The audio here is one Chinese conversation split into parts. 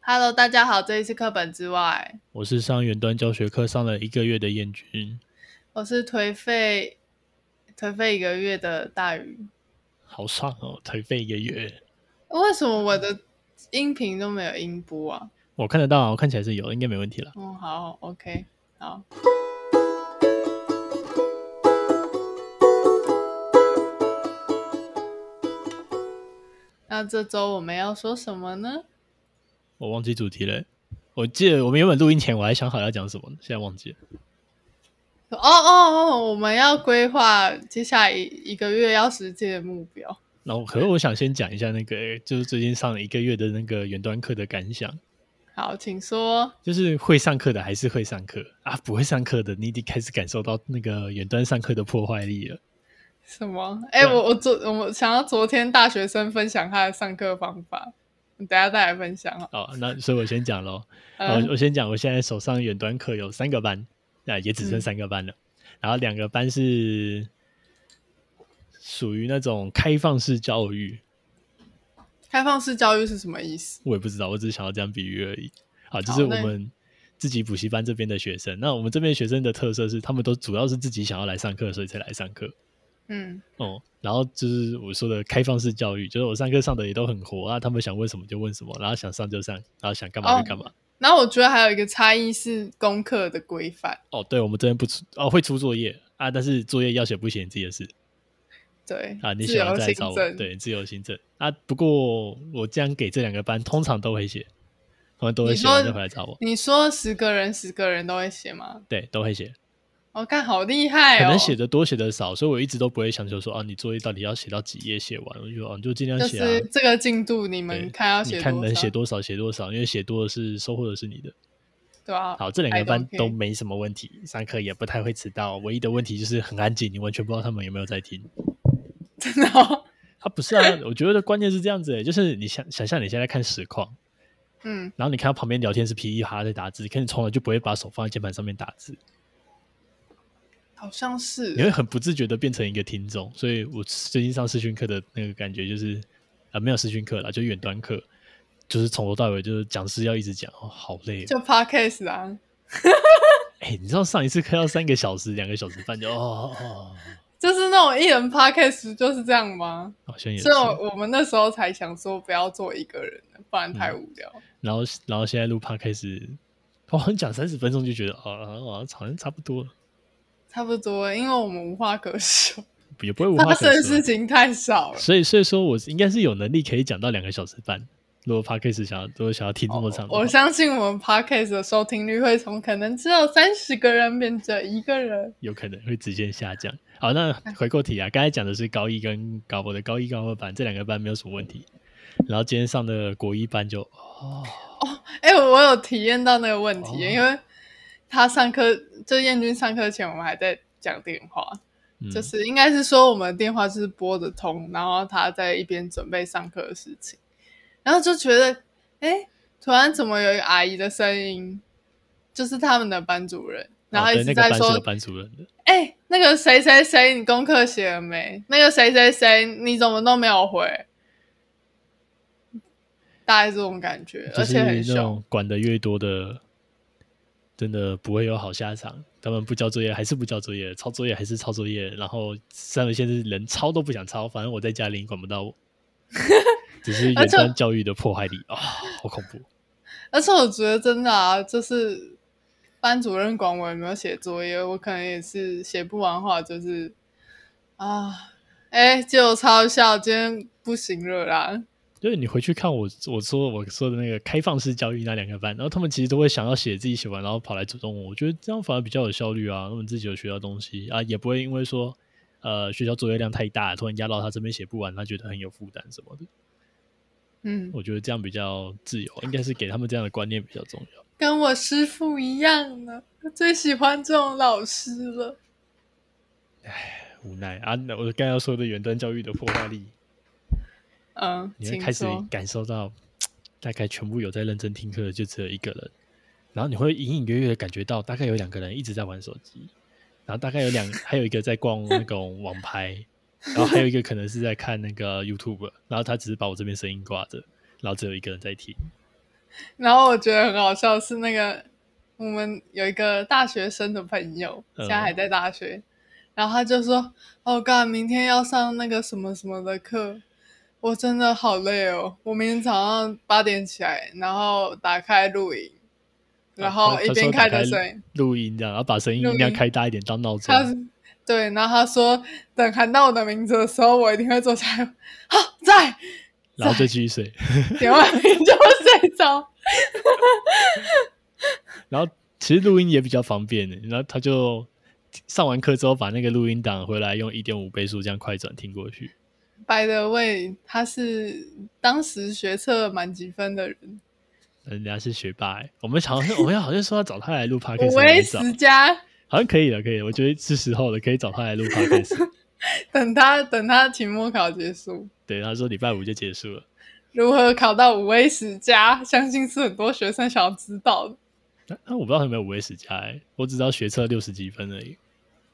Hello，大家好，这里是课本之外，我是上远端教学课上了一个月的燕君，我是颓废颓废一个月的大鱼。好爽哦，颓废一个月。为什么我的音频都没有音波啊？我看得到啊，我看起来是有，应该没问题了。嗯，好，OK，好。那这周我们要说什么呢？我忘记主题了。我记得我们原本录音前我还想好要讲什么，现在忘记了。哦哦哦，我们要规划接下来一一个月要实际的目标。那我可是我想先讲一下那个，就是最近上了一个月的那个远端课的感想。好，请说。就是会上课的还是会上课啊，不会上课的你已经开始感受到那个远端上课的破坏力了。什么？哎、对啊我我昨我想要昨天大学生分享他的上课方法，你等一下再来分享啊。哦，那所以我先讲喽。呃，嗯我先讲，我现在手上远端课有三个班，那、也只嗯剩三个班了。然后两个班是属于那种开放式教育，开放式教育是什么意思？我也不知道，我只是想要这样比喻而已。好，就好是我那们自己补习班这边的学生，那我们这边学生的特色是，他们都主要是自己想要来上课，所以才来上课。嗯，哦、然后就是我说的开放式教育，就是我上课上的也都很活啊，他们想问什么就问什么，然后想上就上，然后想干哦嘛就干嘛。然后我觉得还有一个差异是功课的规范，哦，对，我们这边不出哦，会出作业啊，但是作业要写不写你自己的事对啊，你自写由完再来行找我，政，对，自由行政啊。不过我这样给这两个班，通常都会写，他们都会你写完说再回来找我，你说十个人十个人都会写吗？对，都会写，我、看好厉害可哦，能写的多写的少，所以我一直都不会强求说啊，你作业到底要写到几页写完，我就说啊，你就尽量就写啊，是这个进度，你对们看要你写看多能少写，多少写多少，因为写多的是收获的是你的。对啊，好，这两 I 个 don't 班 care 都没什么问题，上课也不太会迟到，唯一的问题就是很安静，你完全不知道他们有没有在听。真的、哦，啊，不是啊，我觉得关键是这样子、欸，就是你想想象你现在看实况，嗯，然后你看到旁边聊天是噼里啪啦在打字，可是你从来就不会把手放在键盘上面打字，好像是你会很不自觉的变成一个听众。所以我最近上视讯课的那个感觉就是，啊、没有视讯课啦，就远端课，就是从头到尾就是讲师要一直讲，哦，好累、哦。就 podcast 啊，哎、你知道上一次课要三个小时、两个小时半就，哦哦哦，就是那种一人 podcast 就是这样吗？好像也是所以。我我们那时候才想说不要做一个人了，不然太无聊。然后然后现在录 p 开始，我好像讲三十分钟就觉得，哦哦，哦好像差不多了，差不多，因为我们无话可说，也不会无话发可生的说。事情太少了。所以所以说我是应该是有能力可以讲到两个小时半。如果 p a c a s 想要，如果想要听这么长的话，哦我相信我们 podcast 的收听率会从可能只有三十个人变成一个人。有可能会直线下降。好，那回过题啊，刚才讲的是高一跟高我的高一高二班这两个班没有什么问题，然后今天上的国一班就哦，哎、我有体验到那个问题，哦因为他上课，就燕君上课前，我们还在讲电话，嗯、就是应该是说我们的电话就是拨得通，然后他在一边准备上课的事情，然后就觉得，哎，突然怎么有一个阿姨的声音，就是他们的班主任，然后哦一对直那个在班说是有，班主任的，哎、那个谁谁谁，你功课写了没？那个谁谁谁，你怎么都没有回？大概这种感觉，就而是且很那凶。种管的越多的，真的不会有好下场。他们不交作业还是不交作业，抄作业还是抄作业，然后上面现在连抄都不想抄，反正我在家里你管不到 我。只是而远且端教育的迫害力啊、好恐怖！而且我觉得真的啊，就是班主任管我有没有写作业，我可能也是写不完的话，就是啊，哎、借我抄一下，今天不行了啦。就是你回去看我我说我说的那个开放式教育那两个班，然后他们其实都会想要写自己写完，然后跑来主动我，我觉得这样反而比较有效率啊。他们自己有学到东西啊，也不会因为说呃学校作业量太大，突然压到他这边写不完，他觉得很有负担什么的。嗯，我觉得这样比较自由，应该是给他们这样的观念比较重要。跟我师傅一样呢，最喜欢这种老师了。无奈啊，那我刚才要说的远端教育的破坏力，嗯，你会请开始说。感受到，大概全部有在认真听课的就只有一个人，然后你会隐隐约约的感觉到，大概有两个人一直在玩手机，然后大概有两，还有一个在逛那种网拍，然后还有一个可能是在看那个 YouTube，然后他只是把我这边声音挂着，然后只有一个人在听，然后我觉得很好笑是那个我们有一个大学生的朋友，嗯现在还在大学，然后他就说：“哦，干，明天要上那个什么什么的课，我真的好累哦。我明天早上八点起来，然后打开录影，然后一边开着声音，录音这样，然后把声音录音量音开大一点当闹钟。他是对，然后他说等喊到我的名字的时候，我一定会坐下来，好在。”然后就继续睡。点完名就睡着。然后其实录音也比较方便的，然后他就上完课之后把那个录音档回来，用一点五倍速这样快转听过去。 By the way，他是当时学测满级分的人，人家是学霸、欸，我们好像我们好像说要找他来录 podcast，五还没 A 找十加。好像可以了，可以了，我觉得是时候了，可以找他来录 podcast。等他等他期末考结束，对，他说礼拜五就结束了。如何考到五 A 十加，相信是很多学生想要知道的。那那我不知道他有没有五 S 加、欸，我只知道学测六十几分而已，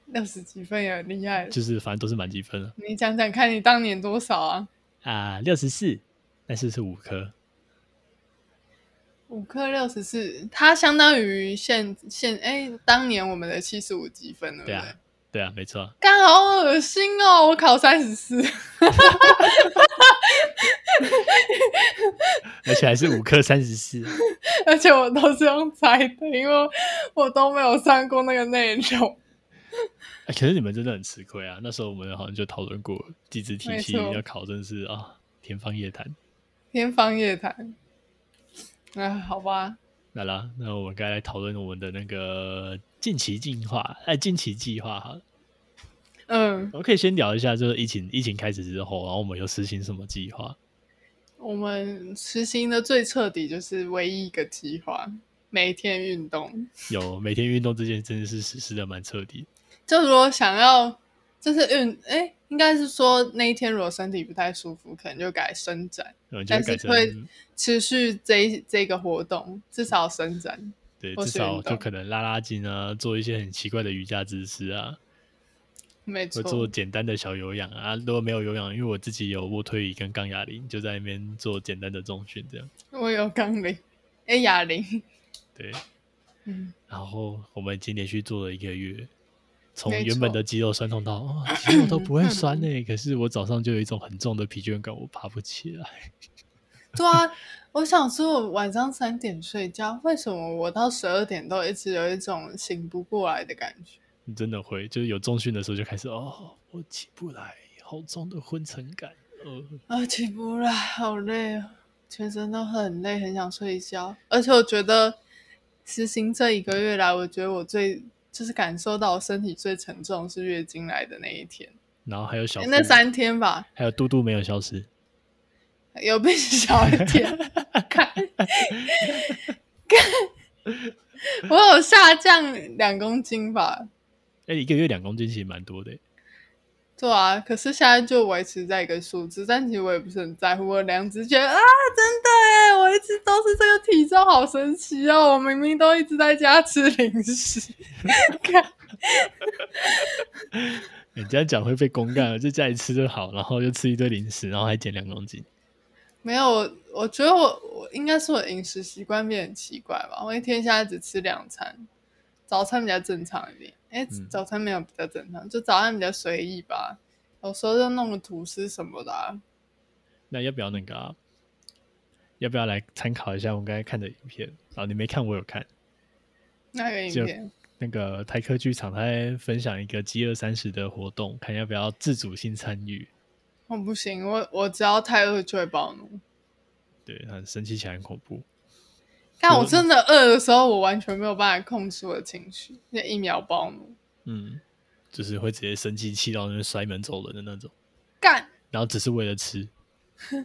六十几分也很厉害了。就是反正都是满积分啊了你想想看，你当年多少啊？啊，六十四，但是是五科，五科六十四，它相当于现现哎，当年我们的七十五积分，对不对对？啊，对啊，没错，干好恶心哦！我考三十四， 而且还是五科三十四，而且我都是用猜的，因为我都没有上过那个内容。哎，可是你们真的很吃亏啊！那时候我们好像就讨论过地质体没系错要考，真的是啊，天方夜谭。天方夜谭。啊，好吧，那啦，那我们该来讨论我们的那个近期进化，哎，近期计划哈。嗯，我们可以先聊一下，就是疫情疫情开始之后，然后我们有实行什么计划？我们实行的最彻底就是唯一一个计划，每天运动。有每天运动这件真的是实施的蛮彻底。就如果想要，就是运，哎、应该是说那一天如果身体不太舒服，可能就改伸展，嗯，就但是是改成会持续这一这个活动，至少伸展。对，或至是少运就动可能拉拉筋啊，做一些很奇怪的瑜伽姿势啊，没我做错，简单的小有氧啊。如果没有有氧，因为我自己有卧推椅跟杠哑铃，就在那边做简单的重训这样。我有杠铃，哎、哑铃，对，嗯，然后我们已经连续做了一个月，从没原本错的肌肉酸痛到哦，肌肉都不会酸呢、 可是我早上就有一种很重的疲倦感，我爬不起来。 对啊，我想说，我晚上三点睡觉，为什么我到十二点都一直有一种醒不过来的感觉？你真的会，就是有重训的时候就开始哦，我起不来，好重的昏沉感。呃，啊，起不来，好累啊，全身都很累，很想睡觉。而且我觉得实行这一个月来，我觉得我最就是感受到我身体最沉重是月经来的那一天，然后还有小诶腹那三天吧，还有肚肚没有消失，有比小一点，看，看，我有下降两公斤吧，哎、一个月两公斤其实蛮多的、欸对啊，可是现在就维持在一个数字，但其实我也不是很在乎。我良知觉得啊，真的哎，我一直都是这个体重，好神奇哦！我明明都一直在家吃零食， 看你这样讲会被公干，就家里吃就好，然后就吃一堆零食，然后还减两公斤。没有我，我觉得我我应该是我饮食习惯变得很奇怪吧。我一天现在只吃两餐，早餐比较正常一点，哎、嗯早餐没有比较正常，就早餐比较随意吧。有时候就弄个吐司什么的、啊，那要不要那个、啊？要不要来参考一下我们刚才看的影片？啊，你没看，我有看。那个影就片那个台科剧场，他在分享一个饥饿三十的活动，看要不要自主性参与。我不行，我我只要太饿就会暴怒。对，很生气起来很恐怖。但我我真的饿的时候，我完全没有办法控制我的情绪，那一秒暴怒，嗯，就是会直接生气，气到那边摔门走人的那种。干！然后只是为了吃， 是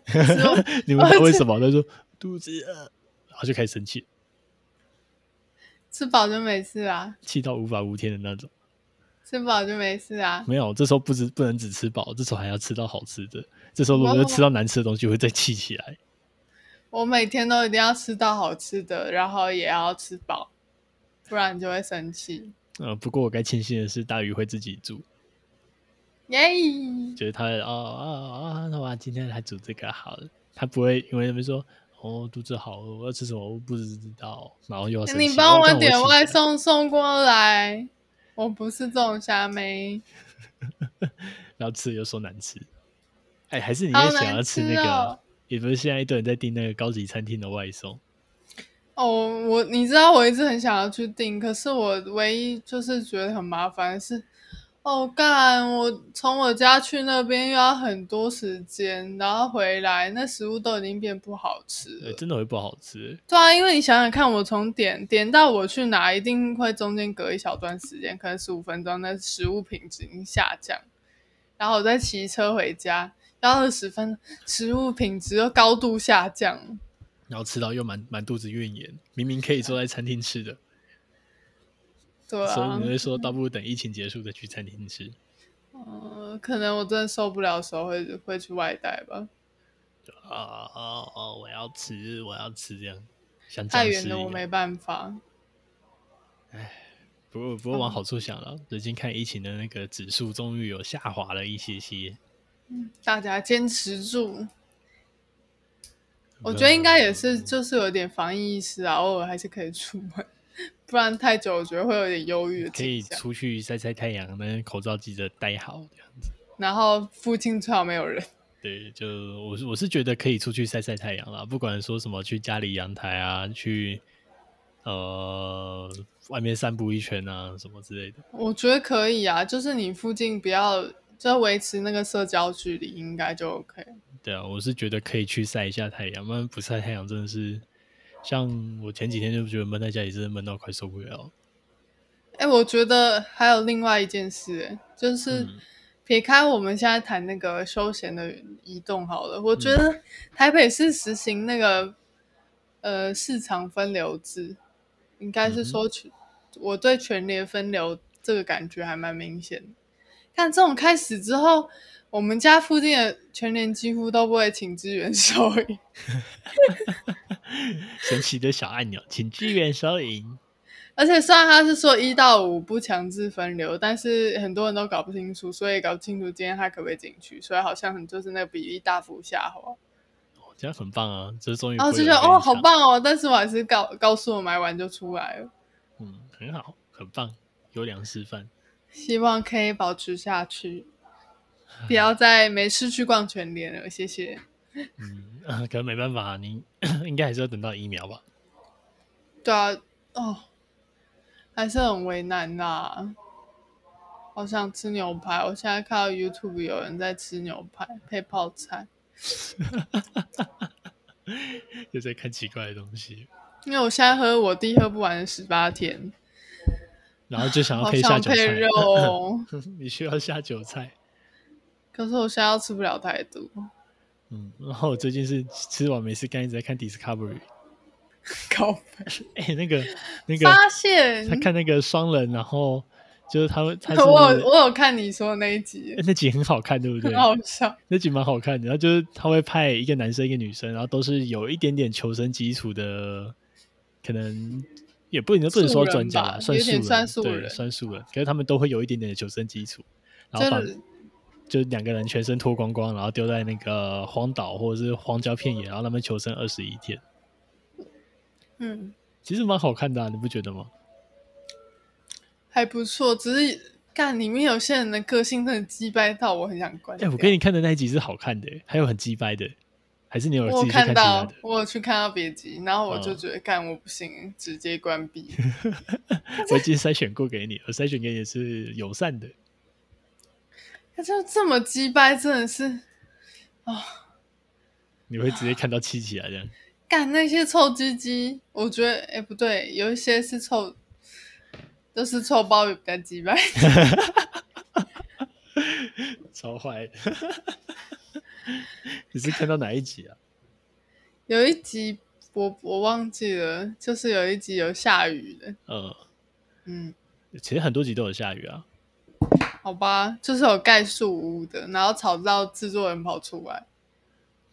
我你们知道为什么？他说肚子饿，然后就开始生气， 吃饱就没事啦，气到无法无天的那种。吃饱就没事啦。没有，这时候不只不能只吃饱，这时候还要吃到好吃的。这时候如果又吃到难吃的东西，会再气起来。我每天都一定要吃到好吃的，然后也要吃饱，不然就会生气。嗯，不过我该庆幸的是，大鱼会自己煮，耶、就是他哦哦哦，那我今天来煮这个好了，他不会因为那边说哦，肚子好饿，我要吃什么？我不知道，然后又要生你气帮哦我但我点起外来送送过来，我不是这种虾妹，然后吃了又说难吃，哎，还是你好也想难要吃吃那个？啊哦也不是现在一堆人在订那个高级餐厅的外送，哦，我你知道我一直很想要去订，可是我唯一就是觉得很麻烦的是，哦干，我从我家去那边又要很多时间，然后回来那食物都已经变不好吃呃了。真的会不好吃。对啊，因为你想想看，我从点点到我去拿，一定会中间隔一小段时间，可能十五分钟，那食物品质已经下降。然后我再骑车回家，要二十分钟，食物品质又高度下降。然后吃到又满满肚子怨言，明明可以坐在餐厅吃的，对啊，所以你会说，倒不如等疫情结束再去餐厅吃。嗯，可能我真的受不了的时候会会去外带吧，啊啊啊！我要吃，我要吃，这样想太讲远是的一我个没办法。不过不过嗯往好处想了，最近看疫情的那个指数终于有下滑了一些些。大家坚持住，我对觉得应该也嗯是，就是有点防疫意识啊，偶尔还是可以出门，不然太久我觉得会有点忧郁的可以倾向。出去晒晒太阳，那口罩记得戴好，这样子。然后附近最好没有人。对，就我是我是觉得可以出去晒晒太阳啦，不管说什么去家里阳台啊，去呃外面散步一圈啊，什么之类的。我觉得可以啊，就是你附近不要，就维持那个社交距离，应该就 OK。对啊，我是觉得可以去晒一下太阳，不然不晒太阳真的是，像我前几天就觉得闷在家里真的闷到快受不了。哎、我觉得还有另外一件事、哎，就是嗯撇开我们现在谈那个休闲的移动好了，我觉得台北市实行那个呃市场分流制，应该是说全、我对全联分流这个感觉还蛮明显的。但这种开始之后，我们家附近的全联几乎都不会请支援 收银。神奇的小按钮，请支援收银。而且虽然他是说一到五不强制分流，但是很多人都搞不清楚，所以搞不清楚今天他可不可以进去，所以好像很就是那个比例大幅下滑。哦这样很棒啊！这终于然后不就会觉得有人跟哦，你好抢，棒哦！但是我还是告告诉我买完就出来了，嗯，很好，很棒，优良示范。希望可以保持下去，不要再没事去逛全联了，谢谢。嗯， 呃可能没办法，你 应该还是要等到疫苗吧？对啊，哦，还是很为难啦、好想吃牛排，我现在看到 YouTube 有人在吃牛排配泡菜。又在看奇怪的东西，因为我现在喝我弟喝不完的十八天，然后就想要好配下想酒配菜。肉哦， 你需要下酒菜。可是我现在又吃不了太 多，嗯，然后我最近是吃完没事干，一直在看 Discovery。高分哎、那个那个，发现他看那个双人，然后就是他们，他嗯是 我有我有看你说的那一集欸，那集很好看，对不对很？好笑，那集蛮好看的。然后就是他会派一个男生一个女生，然后都是有一点点求生基础的，可能也不能不能素说人专家吧啦，算有素点人，算素对，人算素人。可是他们都会有一点点的求生基础，然后把就是就两个人全身脱光光，然后丢在那个荒岛或者是荒郊片野，然后他们求生二十一天，嗯其实蛮好看的、啊，你不觉得吗？还不错，只是看里面有些人的个性真的击败到我很想关哎、掉。我跟你看的那一集是好看的、还有很鸡掰的，还是你有我自己有去看其他到的？，我有去看到别集，然后我就嗯觉得干我不行，直接关闭。 我已经筛选过给你，我筛选给你是友善的。他就这么击败，真的是你会直接看到气起来这样。干那些臭鸡鸡，我觉得哎、诶不对，有一些是臭，就是臭鲍鱼比较鸡掰。超坏。 你是看到哪一集啊？有一集我我忘记了，就是有一集有下雨的，呃，嗯，其实很多集都有下雨啊。好吧，就是有盖树屋的，然后吵到制作人跑出来，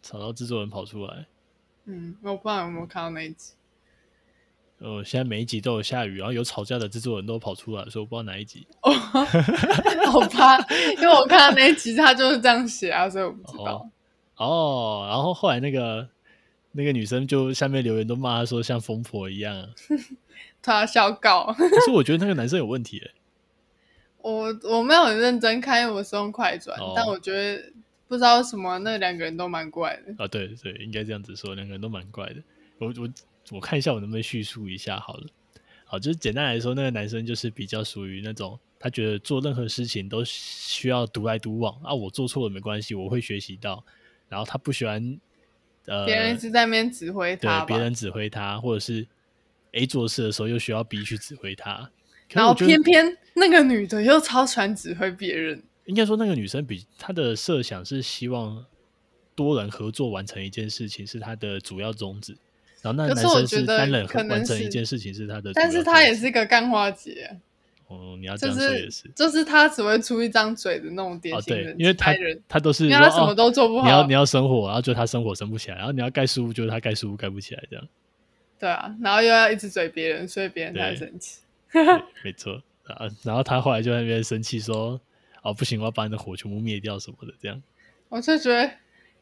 吵到制作人跑出来。嗯，我不知道有没有看到那一集， 呃，现在每一集都有下雨，然后有吵架的制作人都跑出来，所以我不知道哪一集。好吧，因为我看到哦那一集他就是这样写啊，所以我不知道。哦，然后后来那个那个女生就下面留言都骂他说像疯婆一样啊。他小搞。可是我觉得那个男生有问题、欸，我我没有很认真看，因为我是用快转，哦但我觉得不知道为什么那两个人都蛮怪的。啊，对对，应该这样子说，两个人都蛮怪的。我我我看一下我能不能叙述一下好了。好，就是简单来说，那个男生就是比较属于那种他觉得做任何事情都需要独来独往啊，我做错了没关系，我会学习到。然后他不喜欢呃别人一直在那边指挥他对吧别人指挥他，或者是 A 做事的时候又需要 B 去指挥他。可是然我后觉得偏偏那个女的又超喜欢指挥别人，应该说，那个女生比她的设想是希望多人合作完成一件事情是她的主要宗旨，然后那个可男是我生觉是得单人合可能完成是一件事情是他的主要宗但旨，是她也是个干花姐，哦，你要这就样说也是是就是她只会出一张嘴的那种典哦，型对人，因为白他人，他都是因为说她什么哦都做不你好要你，要生火，然后就他生火生不起来，然后你要盖书就是他盖书盖不起来，这样对啊，然后又要一直怼别人，所以别人才会对生气。对没错啊。然后他后来就在那边生气说：“哦，不行，我要把你的火全部灭掉什么的。”这样，我就觉得，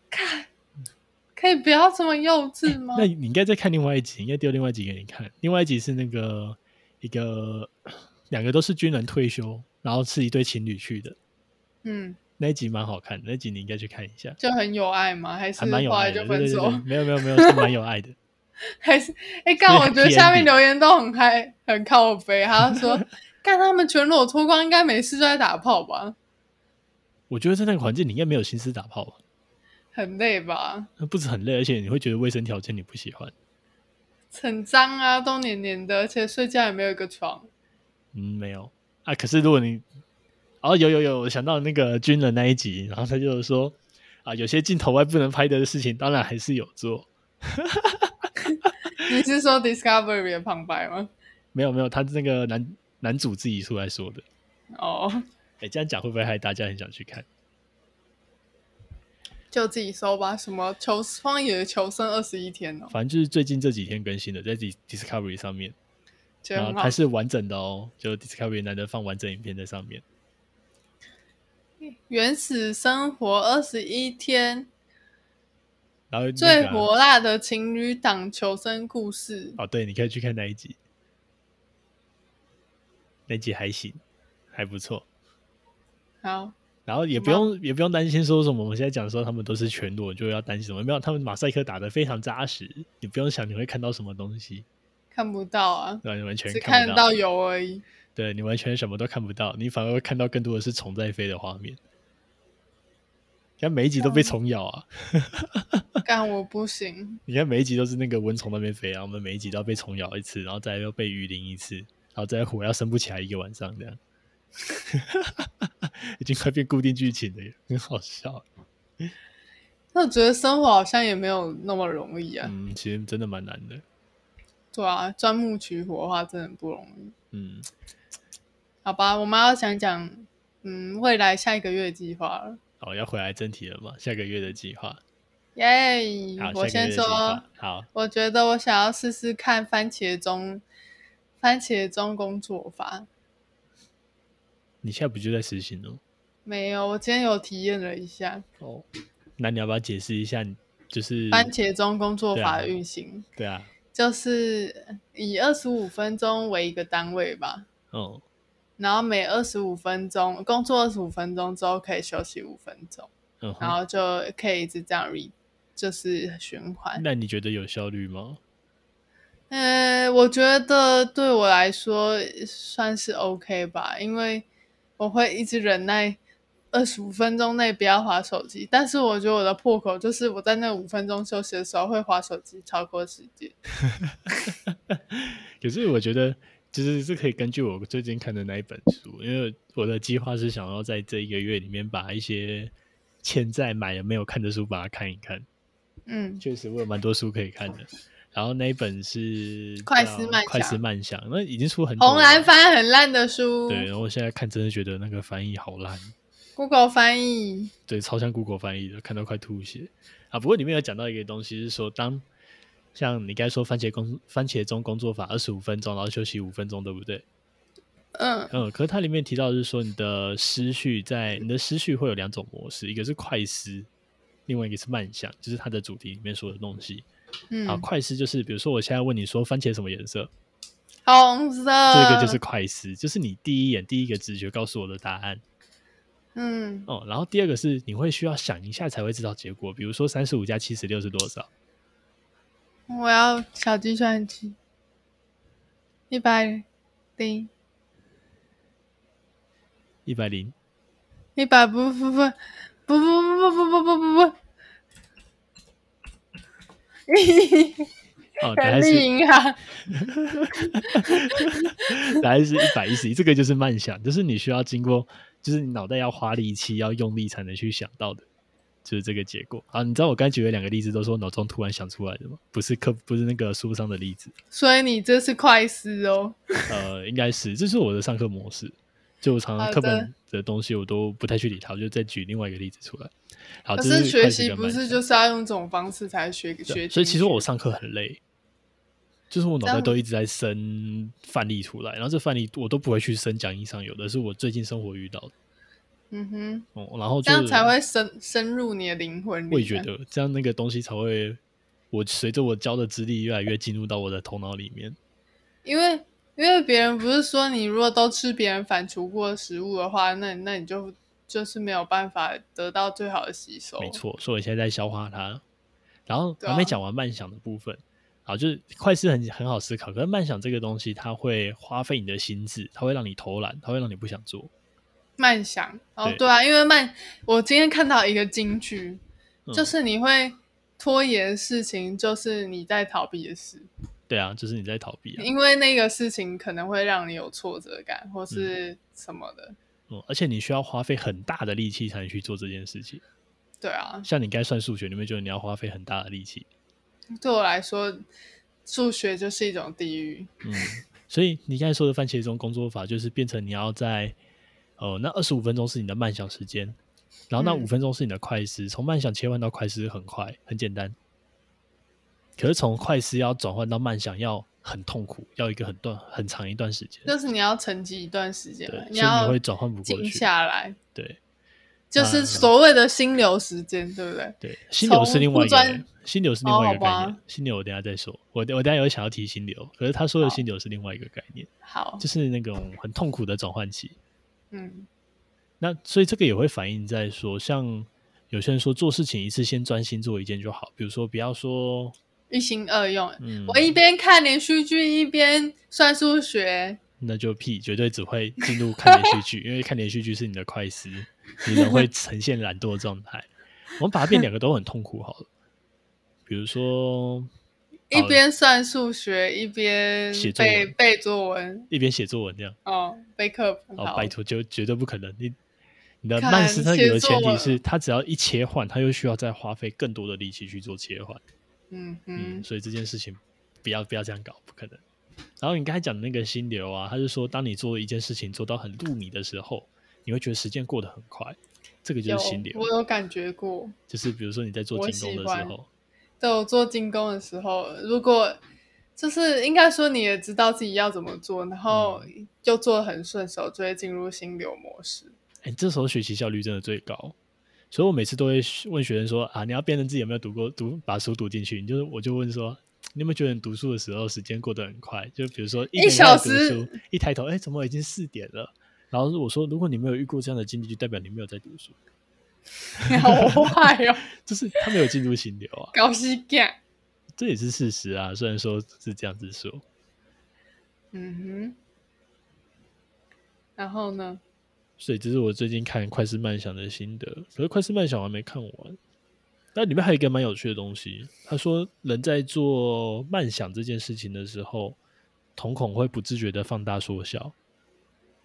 看，可以不要这么幼稚吗？那你应该再看另外一集，应该丢另外一集给你看。另外一集是那个一个两个都是军人退休，然后是一对情侣去的嗯，那一集，蛮好看的。那一集你应该去看一下，就很有爱吗？还是还蛮有后来爱的。就对分对对手？对，没有没有没有，是蛮有爱的。还是哎，干、我觉得 Happy 下面 ending 留言都很嗨，很靠背。他 说，干他们全裸脱光，应该没事就在打炮吧？我觉得在那个环境，你应该没有心思打炮吧？很累吧？那不止很累，而且你会觉得卫生条件你不喜欢。很脏啊，都黏黏的，而且睡觉也没有一个床。嗯，没有啊。可是如果你哦，有有有，我想到那个军人那一集，然后他就说啊，有些镜头外不能拍的事情，当然还是有做。你是说 Discovery 的旁白吗？没有没有，他那个男男主自己出来说的。哦，哎，这样讲会不会害大家很想去看？就自己搜吧。什么求荒野求生二十一天哦，反正就是最近这几天更新的，在 Dis- Discovery 上面，觉得然后很好它。啊是完整的哦，就 Discovery 难得放完整影片在上面。原始生活二十一天，然后、那个最啊火辣的情侣档求生故事。哦，对，你可以去看那一集，那集还行，还不错。好，然后也不用也不用担心说什么，我们现在讲说他们都是全裸，就要担心什么？没有，他们马赛克打得非常扎实，你不用想你会看到什么东西，看不到啊，对吧，你完全只看看不得到，到油而已。对你完全什么都看不到，你反而会看到更多的是虫在飞的画面。你看每一集都嗯被虫咬啊！ 干我不行，你看每一集都是那个蚊虫那边飞，然后我们每一集都要被虫咬一次，然后再又被鱼鳞一次，然后再火要升不起来一个晚上这样， 已经快变固定剧情了，很好笑。那我觉得生活好像也没有那么容易啊。嗯，其实真的蛮难的。对啊，钻木取火的话真的很不容易。嗯，好吧，我们要讲讲，嗯，未来下一个月的计划了。好，要回来正题了嘛？下个月的计划，耶、好，嗯我下先个月的计说划，，好，我觉得我想要试试看番茄钟，番茄钟工作法。你现在不就在实行了？没有，我今天有体验了一下哦，那你要不要解释一下？你就是番茄钟工作法的对啊运行，对啊，就是以二十五分钟为一个单位吧，哦，然后每二十五分钟工作二十五分钟之后可以休息五分钟，嗯然哼，后就可以一直这样 re 就是循环。那你觉得有效率吗？ 呃，我觉得对我来说算是 OK 吧，因为我会一直忍耐二十五分钟内不要划手机。但是我觉得我的破口就是我在那五分钟休息的时候会划手机超过时间。可是我觉得，其实是可以根据我最近看的那一本书，因为我的计划是想要在这一个月里面把一些潜在买了没有看的书把它看一看。嗯，确实，我有蛮多书可以看的。然后那一本是快叫思慢快思想慢想，那已经出很久了。红蓝翻很烂的书对，然后我现在看真的觉得那个翻译好烂， ，Google 翻译，对，超像 Google 翻译的，看到快吐血啊！不过里面有讲到一个东西是说，当像你刚才说番茄工番茄钟工作法二十五分钟，然后休息五分钟，对不对？嗯嗯，可是它里面提到的是说，你的思绪在你的思绪会有两种模式，一个是快思，另外一个是慢想，就是它的主题里面说的东西。嗯，啊，快思就是比如说我现在问你说番茄什么颜色，红色，这个就是快思，就是你第一眼第一个直觉告诉我的答案嗯哦。然后第二个是你会需要想一下才会知道结果，比如说三十五加七十六是多少？我要小计算机，一百零一 百零一百不不不不不不不不不不不，哦，答人案力是银行，答案是一百一十一，这个就是慢想，就是你需要经过，就是你脑袋要花力气，要用力才能去想到的，就是这个结果啊。你知道我刚才举的两个例子都是我脑中突然想出来的吗？不是课，不是那个书上的例子，所以你这是快思哦。呃，应该是，这是我的上课模式。就我常常好课的本的东西，我都不太去理它，我就再举另外一个例子出来。好，可这是学快习跟不慢是想就是要用这种方式才学对学进去？所以其实我上课很累，就是我脑这袋样都一直在生范例出来，然后这范例我都不会去生讲义上有的，是我最近生活遇到的。嗯哼，哦、然后这就样才会深深入你的灵魂里。我也觉，得这样那个东西才会，我随着我教的资历越来越进入到我的头脑里面。因为因为别人不是说你如果都吃别人反刍过的食物的话，那那你就就是没有办法得到最好的吸收。没，错，所以我现在在消化它。然后对啊还没讲完慢想的部分，好，就是快思很很好思考，可是慢想这个东西，它会花费你的心智，它会让你偷懒，它会让你不想做。慢想哦对，对啊，因为慢，我今天看到一个金句，嗯就是你会拖延事情，就是你在逃避的事。对啊，就是你在逃避啊，因为那个事情可能会让你有挫折感或是什么的。嗯，而且你需要花费很大的力气才能去做这件事情。对啊，像你该算数学，你会觉得你要花费很大的力气，对我来说，数学就是一种地狱。嗯，所以你刚才说的番茄钟工作法，就是变成你要在呃那二十五分钟是你的慢想时间，然后那嗯五分钟是你的快思，从、慢想切换到快思很快，很简单。可是从快思要转换到慢想要很痛苦，要一个很段很长一段时间，就是你要沉寂一段时间对嘛，，所以你要会转换不过静去，啊下来，对就是所谓的心流时间，对不对？对。 心流是从另外不一个概专念，心流是另外一个哦好概吧念，心流我等一下再说，我我等一下有想要提心流，可是他说的好心流是另外一个概念，好，就是那种很痛苦的转换期。嗯，那所以这个也会反映在说，像有些人说做事情一次先专心做一件就好，比如说不要说，一心二用。嗯，我一边看连续剧一边算数学，那就屁，绝对只会进入看连续 剧，因为看连续剧是你的快思，你人会呈现懒惰的状 态。我们把它变两个都很痛苦好了，比如说一边算数学一边写作背文背作文，一边写作文这样，哦，背课本。哦，好拜托，就绝对不可能。你你的看慢思它写有的作前提文是，它只要一切换，它又需要再花费更多的力气去做切换。嗯嗯，嗯，所以这件事情不要不要这样搞，不可能。然后你刚才讲的那个心流啊，他是说，当你做一件事情做到很入迷的时候，你会觉得时间过得很快，这个就有是心流。我有感觉过。就是比如说你在做我进攻喜的时欢候，对我做进攻的时候，如果就是应该说你也知道自己要怎么做，然后嗯就做的很顺手，就会进入心流模式。 哎、这时候学习效率真的最高。所以我每次都会问学生说啊，你要辨认自己有没有读过读把书读进去，你就是我就问说。你有没有觉得你读书的时候时间过得很快？就比如说一一点小读时书，一抬头，哎、怎么已经四点了？然后我说，如果你没有遇过这样的经历，就代表你没有在读书。你好坏哦，就是他没有进入心流啊，搞西干。这也是事实啊。虽然说是这样子说，嗯哼，然后呢？所以这是我最近看《快思慢想》的心得。可是《快思慢想》我还没看完，那里面还有一个蛮有趣的东西。他说，人在做慢想这件事情的时候，瞳孔会不自觉的放大缩小，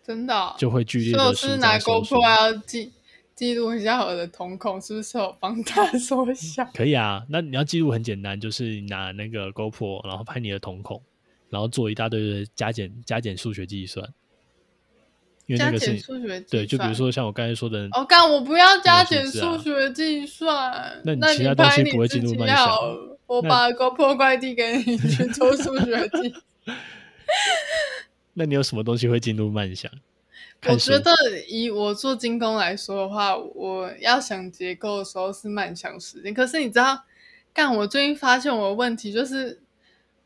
真的哦、就会剧烈所以的我舒是拿张收 GoPro 啊缩。要记记录一下我的瞳孔是不是有放大缩小？可以啊，那你要记录很简单，就是拿那个 GoPro，然后拍你的瞳孔，然后做一大堆的加减加减数学计算，因为那加个是减你数学计对，就比如算说像我刚才说的，哦，干我不要加减那是啊数学计算，那你你其他东拍西你不会自进入己慢想好了我把 GoPro 怪递给你去做数学题。那你有什么东西会进入慢想？我看书觉得以我做精工来说的话，我要想结构的时候是慢想时间，可是你知道干，我最近发现我的问题就是，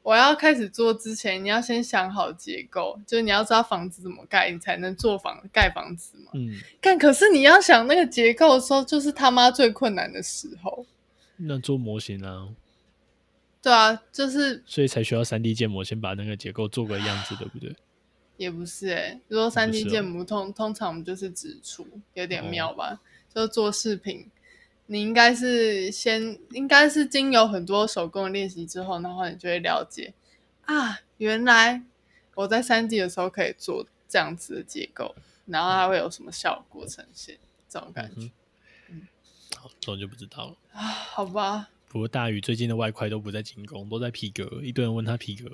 我要开始做之前，你要先想好结构，就是你要知道房子怎么盖，你才能做房盖房子嘛。嗯，干，可是你要想那个结构的时候，就是他妈最困难的时候。那做模型啊，对啊，就是所以才需要三 D 建模，先把那个结构做个样子，对不对？也不是哎、如果三 D 不是哦哦建模通通常我们就是直出，有点妙吧？就做饰品，你应该是先应该是经由很多手工的练习之后，然后你就会了解啊，原来我在三 D 的时候可以做这样子的结构，然后它会有什么效果呈现，这种嗯感觉、嗯好，这种就不知道了。啊？好吧，不过大宇最近的外快都不在进攻，都在皮革，一堆人问他皮革，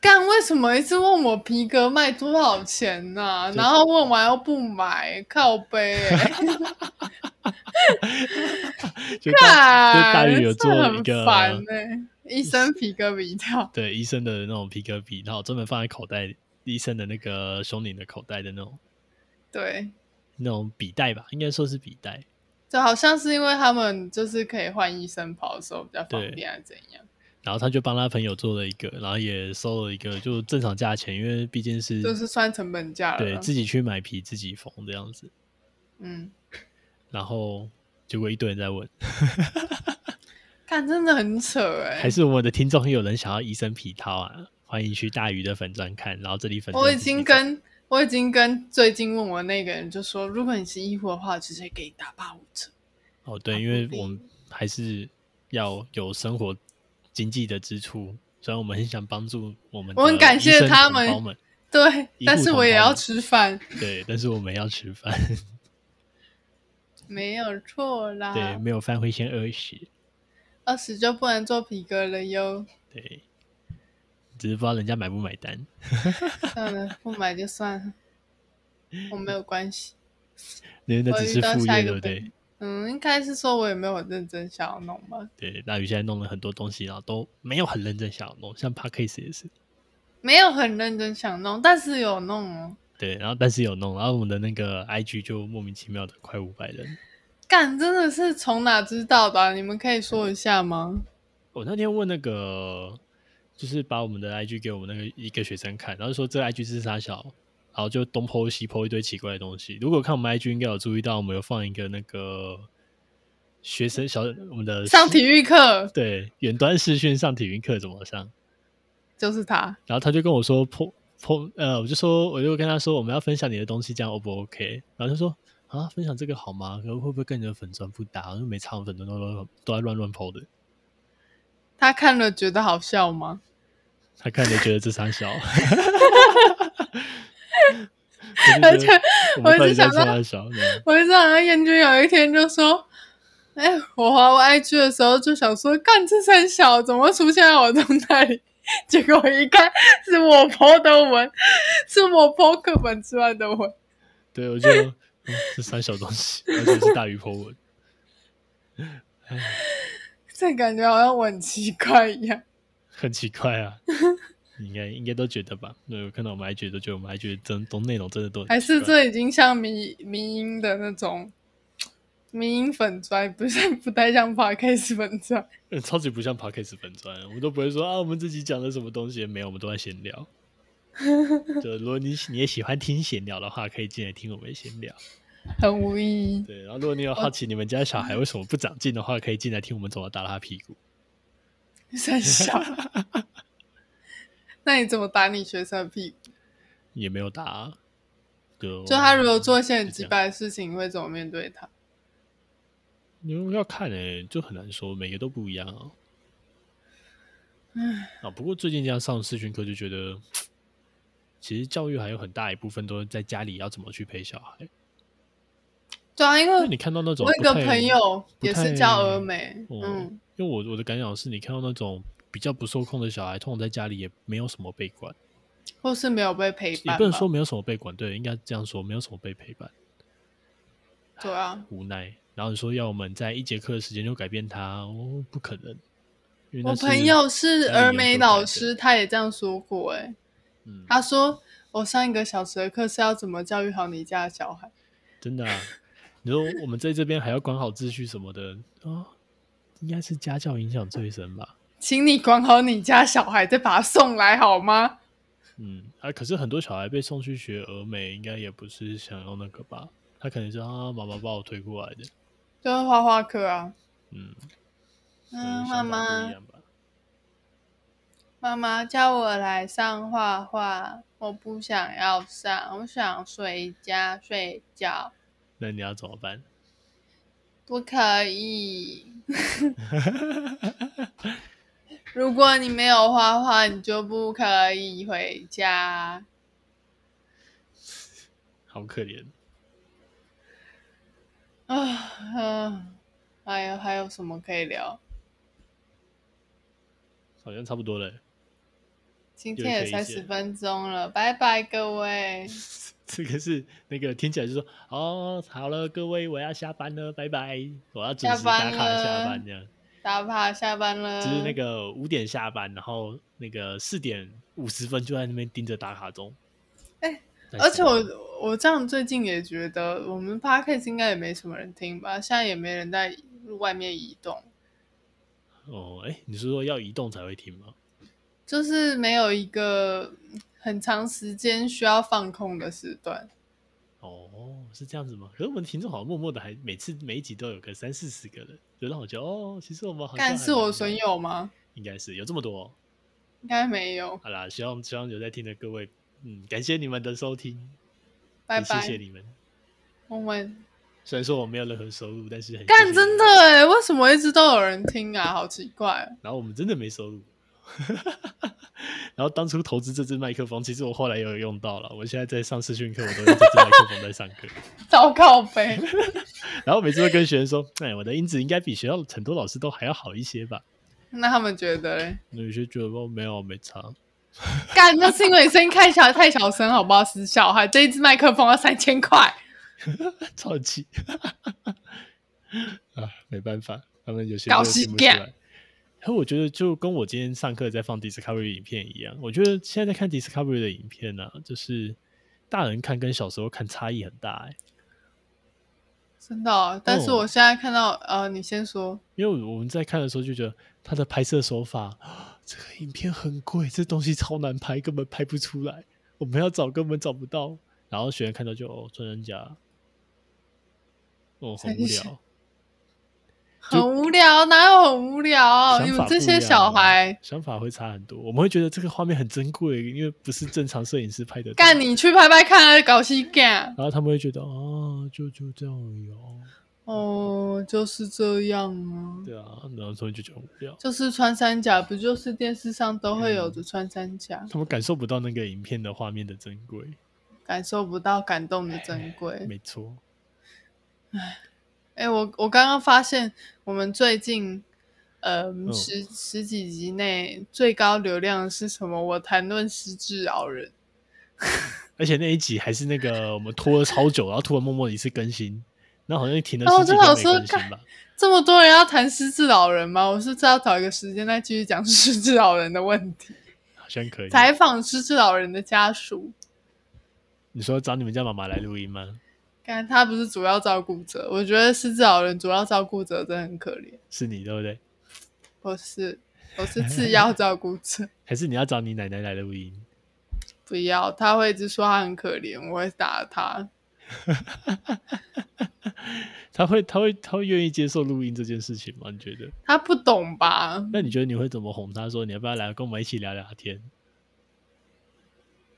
干为什么一直问我皮革卖多少钱呢、就然后问完又不买，靠背、欸。就干，就大宇有做这很一个烦欸医生皮革比较对医生的那种皮革笔，然后专门放在口袋，医生的那个胸领的口袋的那种对，那种笔袋吧，应该说是笔袋。就好像是因为他们就是可以换医生袍的时候比较方对便，还是怎样？然后他就帮他朋友做了一个，然后也收了一个，就正常价钱，因为毕竟是就是算成本价了对啦。自己去买皮自己缝这样子。嗯，然后结果一堆人在问，看真的很扯哎、还是我们的听众有人想要医生皮套啊？欢迎去大鱼的粉专看，然后这里粉专我已自己经找跟我已经跟最近问我那个人就说，如果你是医护的话，直接给你打八五折。哦对，打因为鼓励我们还是要有生活经济的支出，虽然我们很想帮助我们的我很感谢医生他同胞们们，对，医护但是同我也胞要们吃饭，对，但是我们要 吃饭，没有错啦。对，没有饭会先饿死，二十就不能做皮革了哟。对，只是不知道人家买不买单。算了，不买就算了，我没有关系。那那我只遇是到副下业，一个对朋不对？嗯，应该是说我也没有很认真想要弄吧，对，大鱼现在弄了很多东西，然后都没有很认真想要弄，像 p a c k a s e 也是，没有很认真想弄，但是有弄哦。对，然后但是有弄，然后我们的那个 IG 就莫名其妙的快五百人。干真的是从哪知道的啊、你们可以说一下吗？我那天问那个，就是把我们的 IG 给我们那个一个学生看，然后说这 IG 是啥小，然后就东 PO 西 PO 一堆奇怪的东西。如果看我们 IG 应该有注意到，我们有放一个那个学生小我们的上体育课对远端视讯上体育课怎么上，就是他，然后他就跟我说碰碰，呃，我就说我就跟他说我们要分享你的东西，这样 O 不 OK？然后他说啊，分享这个好吗？可会不会跟你的粉砖不搭？因为每场粉砖都都都在乱乱 PO 的，他看了觉得好笑吗？他看着觉得这三小。 而且我就觉得我我们到一直底在想说到他小，这样我就想到燕君有一天就说：“哎、我滑我 IG 的时候就想说，干这三小怎么会出现在我动态里？ 结果一看是我婆的文，是我婆课本之外的文。对我就、嗯、这三小东西，而且是大鱼 PO 文。这感觉好像我很奇怪一样。很奇怪 啊。你应该应该都觉得吧？对，我看到我们 IG 都觉得我们 IG 的真都内容真的都很还是奇怪这已经像迷迷音的那种迷音粉砖，不是 不太像 podcast 粉砖。嗯 超级不像 Podcast 粉砖，我们都不会说啊，我们自己讲了什么东西没有，我们都在闲聊。就如果你你也喜欢听闲聊的话，可以进来听我们的闲聊。很无意义。对，然后如果你有好奇你们家小孩为什么不长进的话，可以进来听我们怎么打他屁股。三小， 那你怎么打你学生的屁股？也没有哦答、啊，就就他如果做一些很击败的事情，你会怎么面对他？你们要看诶、就很难说，每个都不一样啊。唉啊，不过最近这样上视讯课，就觉得其实教育还有很大一部分都在家里要怎么去陪小孩。对啊，因因为为你看到那种我有一个不太朋，友不也太是教峨眉，哦、嗯，因为我我的感想是你看到那种比较不受控的小孩，通常在家里也没有什么被管，或是没有被陪也伴吧，不能说没有什么被管，对，应该这样说，没有什么被陪伴，对啊，无奈。然后你说要我们在一节课的时间就改变他，哦，不可能。因为那我是朋友是家里峨研眉究出来老的师，他也这样说过、欸，嗯他说我上一个小时的课是要怎么教育好你家的小孩，真的、啊，你说我们在这边还要管好秩序什么的啊？应该是家教影响最深吧。请你管好你家小孩，再把他送来好吗？嗯，啊，可是很多小孩被送去学俄美，应该也不是想要那个吧？他可能是啊，妈妈把我推过来的。就是画画课啊，嗯，可能嗯，想法妈不一妈，样吧。妈妈叫我来上画画，我不想要上，我想回家睡觉，那你要怎么办？不可 以。如果你没有画画，你就不可以回家。好可怜。啊，嗯，哎呀，还有什么可以聊？好像差不多了 欸，今有天也可以才写十分钟了，拜拜各位。这个是那个听起来就说哦，好了，各位，我要下班了，拜拜，我要准下时打班卡下了班这样。打趴下班了，就是那个五点下班，然后那个四点五十分就在那边盯着打卡钟。哎在而且上班，我我这样最近也觉得，我们 podcast 应该也没什么人听吧，现在也没人在外面移动，哦，哎、你是说要移动才会听吗？就是没有一个很长时间需要放空的时段。哦，是这样子吗？可是我们听众好像默默的还每次每一集都有个三四十个人，就让我觉得哦，其实我们好像但还是我蛮损，友吗？应该是有这么多哦、应该没有。好啦，希望希望有在听的各位，嗯，感谢你们的收听，拜也谢拜，谢你们。我们虽然说我没有任何收入，但是很谢谢干你真们的。哎，为什么一直都有人听啊？好奇怪哦。 然后我们真的没收入。 然后当初投资这支麦克风，其实我后来也有用到了。我现在在上视讯课，我都用这支麦克风在上课。 糟糕呗，然后每次会跟学生说：“哎，我的音质应该比学校很多老师都还要好一些吧那他们觉得嘞？？”那有些觉得哦，没有没差。 干，那是因为你声音太小太小声，好不好？死小孩，这一支麦克风要三千块。超气 啊，没办法，他们有些搞真的事听不出来干。可哎我觉得就跟我今天上课在放 Discovery 影片一样，我觉得现在在看 Discovery 的影片呢、啊就是大人看跟小时候看差异很大、欸。真的哦、但是哦我现在看到，呃，你先说，因为我们在看的时候就觉得它的拍摄手法， 这个影片很贵，这东西超难拍，根本拍不出来，我们要找根本找不到。然后学员看到就哦，穿山甲，哦，很无聊。很无聊，哪有很无聊？想你法们不这一些样小啊孩，想法会差很多，我们会觉得这个画面很珍贵，因为不是正常摄影师拍的。干！你去拍拍看，啊搞戏干然后他们会觉得哦，就就这样而已哦，哦，就是这样啊，对啊，然后他们就觉得很无聊，就是穿山甲，不就是电视上都会嗯有的穿山甲，他们感受不到那个影片的画面的珍贵。感受不到感动的珍贵。没错，哎、我我刚刚发现，我们最近。呃，嗯十十几集内最高流量的是什么？我谈论失智老人，而且那一集还是那个我们拖了超久，然后突然默默一次更新，那好像停了哦十我知几道天我没说更新看吧？这么多人要谈失智老人吗？我是不是要找一个时间再继续讲 失智老人的问题，好像可以。采访失智老人的家属。你说找你们家妈妈来录音吗？看他不是主要照顾者，我觉得失智老人主要照顾者真的很可怜。是你对不对？我是我是次要照顾者，还是你要找你奶奶来录音？ 不要他会一直说他很可怜，我会打他。她会，她会，她会愿意接受录音这件事情吗？你觉得？他不懂吧？那你觉得你会怎么哄她说你要不要来跟我们一起聊聊天？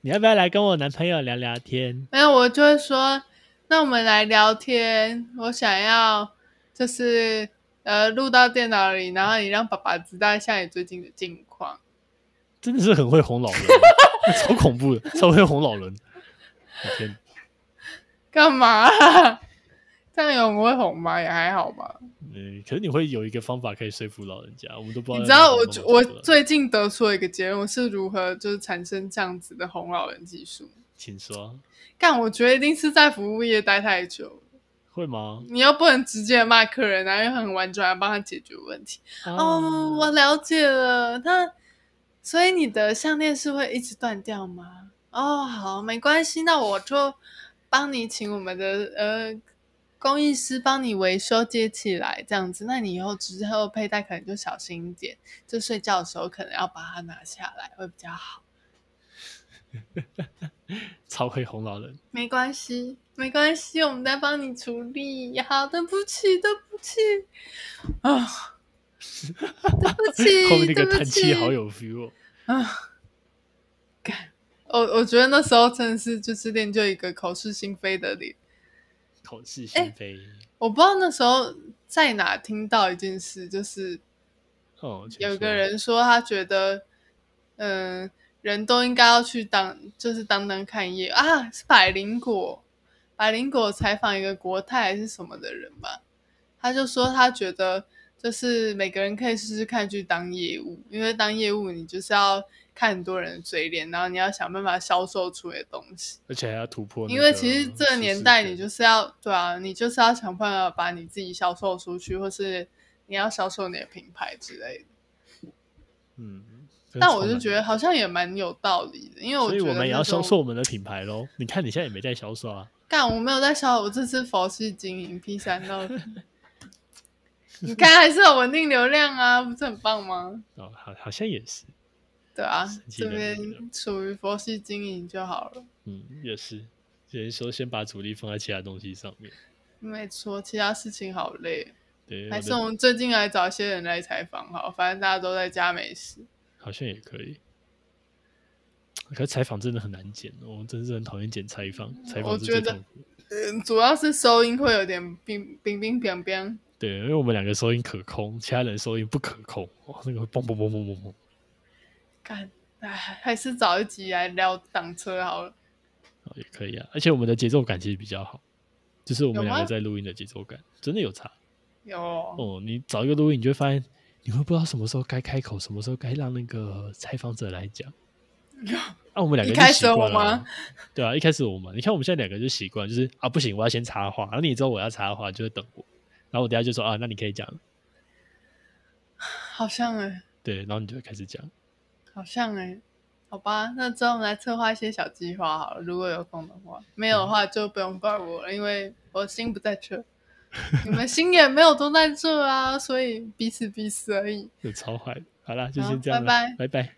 你要不要来跟我男朋友聊聊天？没有，我就会说，那我们来聊天。我想要就是呃录到电脑里，然后你让爸爸知道一下你最近的近况。真的是很会哄老人， 超恐怖的，超会哄老人。我天，干嘛、啊 这样有很会红吗？也还好吧。嗯，可是你会有一个方法可以说服老人家，我们都不知道。你知道我我最近得出了一个结论，我是如何就是产生这样子的红老人技术？请说，但我觉得一定是在服务业待太久了，会吗？你又不能直接骂客人啊，又很婉转地帮他解决问题。哦，我啊了解了。那所以你的项链是会一直断掉吗？哦，好，没关系，那我就帮你请我们的呃工艺师帮你维修接起来这样子，那你以后之后佩戴可能就小心一点，就睡觉的时候可能要把它拿下来会比较好。超会哄老人。没关系，没关系，我们再帮你处理。好，对不起，对不起，啊，对不 后面起，那哎对个不叹起，气好有 feel 哦。啊，干！我我觉得那时候真的是就是练就一个口是心非的脸。口是心非。我不知道那时候在哪听到一件事，就是哦，请有一个说人说他觉得，嗯、人都应该要去当，就是当当看业啊，是百灵果，百灵果采访一个国泰还是什么的人吧，他就说他觉得就是每个人可以试试看去当业务，因为当业务你就是要看很多人的嘴脸，然后你要想办法销售出你的东西。而且还要突破那因个舒适圈。为其实这个年代，你就是要对啊，你就是要想办法把你自己销售出去，或是你要销售你的品牌之类的。嗯，但我就觉得好像也蛮有道理的，因为真的超难的，所以觉得我们也那要销种售我们的品牌喽。你看你现在也没在销售啊，干，我没有在销，我这次佛系经营 P 三 到底，你看还是有稳定流量啊，不是很棒吗？哦，好，好像也是，对啊神，奇这的边力量属于佛系经营就好了。嗯，也是。有人说先把主力放在其他东西上面，没错，其他事情好累，对，还我是我的们最近来找一些人来采访好，反正大家都在家没事。好像也可以。可是采访真的很难剪，哦我真是很讨厌剪采访，采我访是觉最得痛苦的。嗯，主要是收音会有点冰冰冰冰冰，对，因为我们两个收音可控，其他人收音不可控，哇，那个嘣嘣嘣嘣嘣嘣，干，哎，还是早一集来聊挡车好了。哦，也可以啊。而且我们的节奏感其实比较好，就是我们有两个吗在录音的节奏感真的有差有，哦。你找一个录音，你就会发现你会不知道什么时候该开口，什么时候该让那个采访者来 讲。啊，我们两个一就开习始我惯了啊吗，对啊，一开始我们，你看我们现在两个就习惯，就是啊不行，我要先插话，然后你知道我要插话，就会等我，然后我等一下就说啊，那你可以讲了，好像哎、对，然后你就会开始讲。好像哎、好吧，那之后我们来策划一些小计划好了，如果有空的话，没有的话就不用怪我了，因为我心不在这， 你们心也没有都在这啊，所以彼此彼此而已。有超坏的。好啦，就好先这样拜啦拜拜拜。